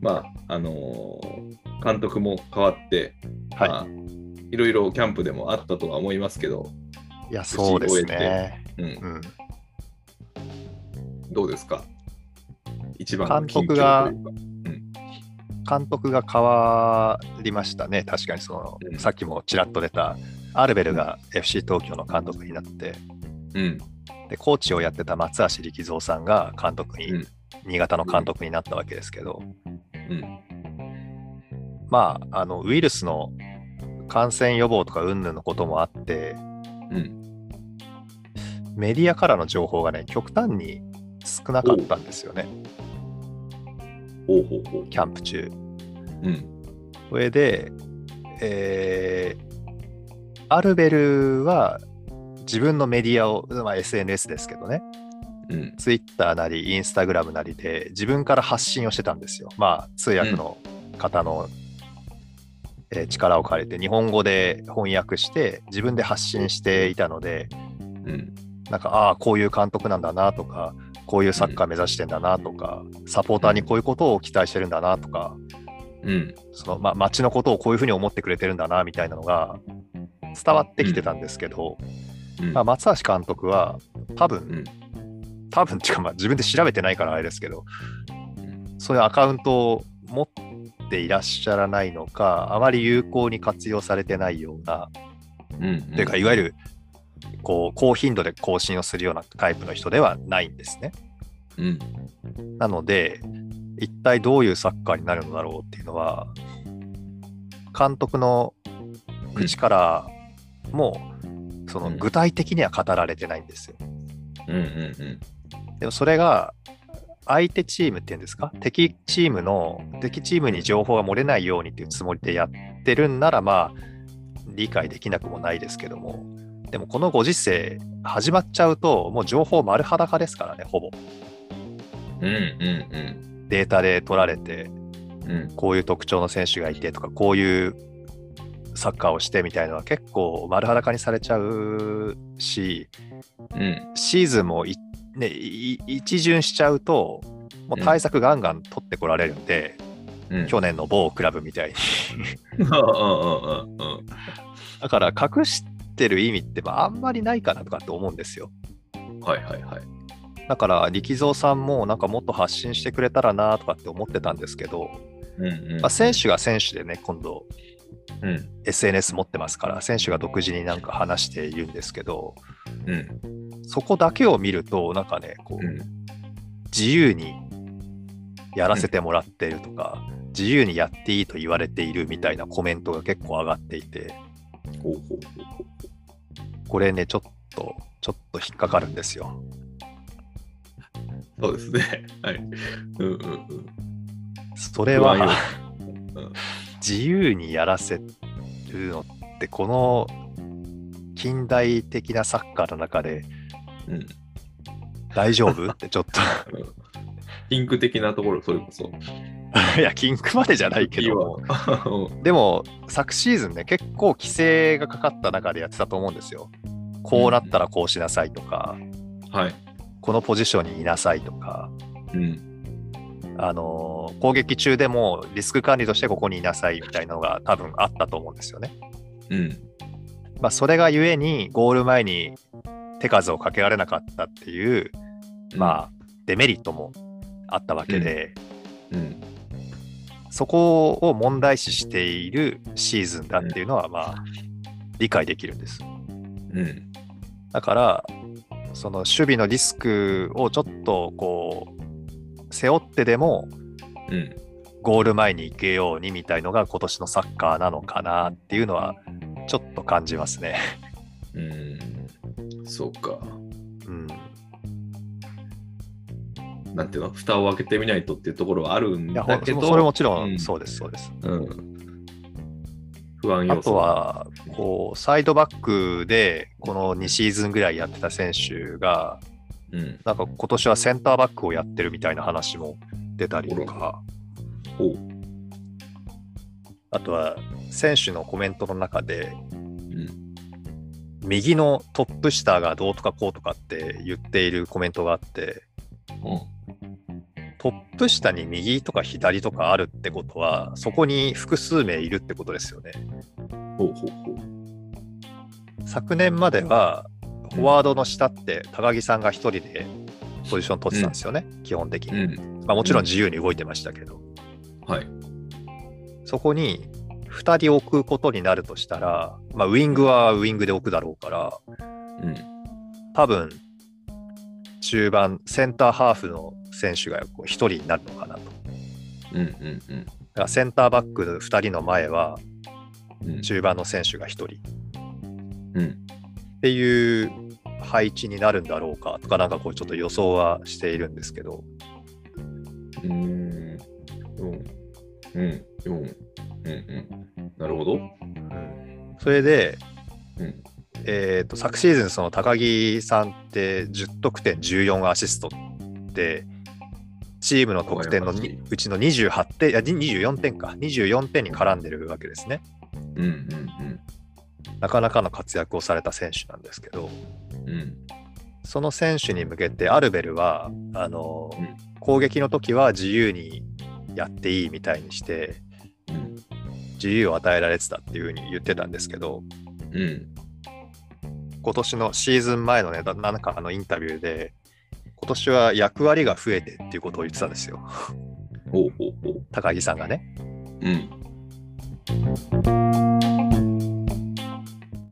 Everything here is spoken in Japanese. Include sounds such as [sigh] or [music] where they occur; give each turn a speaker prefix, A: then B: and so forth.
A: まああのー監督も変わって、
B: はい
A: まあ、いろいろキャンプでもあったとは思いますけど、
B: いや、そうですね。
A: うん、
B: うん、
A: どうですか一番の
B: 監
A: 近況
B: 督が
A: というか
B: 監督が変わりましたね、確かにそ
A: うん
B: の、さっきもちらっと出た、アルベルが FC 東京の監督になって、
A: うん、
B: でコーチをやってた松橋力蔵さんが監督に、
A: うん
B: 新潟の監督になったわけですけど、
A: うん、
B: まあ、あのウイルスの感染予防とか云々のこともあって、
A: うん、
B: メディアからの情報がね、極端に少なかったんですよね、
A: ほうほうほう。
B: キャンプ中。
A: うん、
B: それで、えーアルベルは自分のメディアを、まあ、SNS ですけどね、
A: うん、
B: ツイッターなり、インスタグラムなりで、自分から発信をしてたんですよ。まあ、通訳の方の、えー力を借りて、日本語で翻訳して、自分で発信していたので、
A: うん、
B: なんか、ああ、こういう監督なんだなとか、こういうサッカー目指してんだなとか、サポーターにこういうことを期待してるんだなとか、
A: うん、
B: その、まあ、街のことをこういうふうに思ってくれてるんだなみたいなのが伝わってきてたんですけど、
A: うん、
B: まあ、松橋監督は多分、
A: うん
B: 多分っていうかまあ自分で調べてないからあれですけど
A: うん
B: そういうアカウントを持っていらっしゃらないのかあまり有効に活用されてないような、
A: うん、
B: というかいわゆるこう高頻度で更新をするようなタイプの人ではないんですね。
A: うん、
B: なので、一体どういうサッカーになるのだろうっていうのは、監督の口からも、その
A: うん
B: 具体的には語られてないんですよ。
A: うん、うん、
B: でもそれが、相手チームっていうんですか、敵チームの、敵チームに情報が漏れないようにっていうつもりでやってるんなら、まあ、理解できなくもないですけども、でもこのご時世、始まっちゃうと、もう情報丸裸ですからね、ほぼ。
A: うん、うん、
B: データで取られて、
A: うん、うん、
B: こういう特徴の選手がいてとか、こういうサッカーをしてみたいのは結構丸裸にされちゃうし、
A: うん、
B: シーズンもい、ね、いい一巡しちゃうと、もう対策ガンガン取ってこられるんで、
A: うん、
B: 去年の某クラブみたい
A: う
B: に。 [laughs]
A: ん、うん、うん、
B: だから隠してる意味ってまああんまりないかなとかって思うんですよ。
A: うん、はい、はい、はい。
B: だから力蔵さんもなんかもっと発信してくれたらなとかって思ってたんですけど、
A: うん、うん
B: まあ、、選手が選手でね、今度
A: うん、
B: SNS 持ってますから、選手が独自になんか話して言うんですけど、
A: うん、
B: そこだけを見ると、なんかね、こ
A: う。
B: うん自由にやらせてもらってるとか、自由にやっていいと言われているみたいなコメントが結構上がっていて、
A: ほうほうほう
B: これね、ちょっと、ちょっと引っかかるんですよ。
A: ほうそうですね。 [laughs] はい。うんうんうん。
B: それ
A: 不安よ
B: は、 [laughs]
A: うん
B: 自由にやらせるのって、この近代的なサッカーの中で
A: うん
B: 大丈夫ってちょ
A: [laughs]
B: っと、
A: うんピンク的なところ、それこそ。 [laughs]
B: いや、キンクまでじゃないけども。
A: ど。
B: でも昨シーズンね結構規制がかかった中でやってたと思うんですよ。こうなったらこうしなさいとか、
A: はい。
B: このポジションにいなさいとか、
A: うん。
B: あのー攻撃中でもリスク管理としてここにいなさいみたいなのが多分あったと思うんですよね。
A: うん。
B: まあ、それがゆえにゴール前に手数をかけられなかったっていう、まあ、デメリットもあったわけで、
A: あ。うん。
B: そこを問題視しているシーズンだっていうのは、まあ、理解できるんです。
A: うん。
B: だから、その守備のリスクをちょっとこう、背負ってでも
A: うん。
B: ゴール前に行けようにみたいのが今年のサッカーなのかなっていうのは、ちょっと感じますね。
A: うん。そうか。
B: うん。
A: なんていうの、蓋を開けてみないとっていうところはあるん
B: い
A: だ
B: や、ほん
A: けど、
B: それもちろ
A: うん
B: んそうです、そうです。
A: うん、不安要
B: あ
A: 素。
B: と、は、こう、サイドバックで、この2シーズンぐらいやってた選手が、
A: うん。
B: なんか今年はセンターバックをやってるみたいな話も出たりとか。
A: ほう。
B: あとは選手のコメントの中で、
A: うん。
B: 右のトップ下がどうとかこうとかって言っているコメントがあって、
A: うん
B: トトップ下に右とか左とかあるってことは、そこに複数名いるってことですよね。
A: ほうほうほう。
B: 昨年までは、フォワードの下って高木さんが一人でポジション取ってたんですよね、基本的
A: う
B: に。
A: ん。
B: まあ、もちろん自由に動いてましたけど、
A: はい。
B: そこに2人置くことになるとしたら、まあ、ウイングはウイングで置くだろうから、
A: うん。
B: 多分中盤、センターハーフの選手がこう1人になるのかなと。だ
A: うんうん
B: からセンターバックの2人の前は、
A: うん。うん
B: 中盤の選手が1人っ
A: うん。
B: ていう配置になるんだろうかとか、なんかこうちょっと予想はしているんですけど、
A: うーん。うん。うん。うん。うん。なるほど。
B: うんそれで、
A: うん。
B: えー、と昨シーズン、その高木さんって10得点14アシストって、チームの得点の
A: 羨まし
B: に
A: いう
B: ちの28点、いや24点か、24点に絡んでるわけですね。
A: うんうん
B: なかなかの活躍をされた選手なんですけど、
A: うん。うん。
B: その選手に向けてアルベルは、あの
A: うん
B: 攻撃の時は自由にやっていいみたいにして、
A: うん。
B: 自由を与えられてたっていうふうに言ってたんですけど、
A: うん。
B: 今年のシーズン前のね、ななんかあのインタビューで、今年は役割が増えてっていうことを言ってたんですよ、
A: ほうほうほう。
B: 高木さんがね。
A: うん。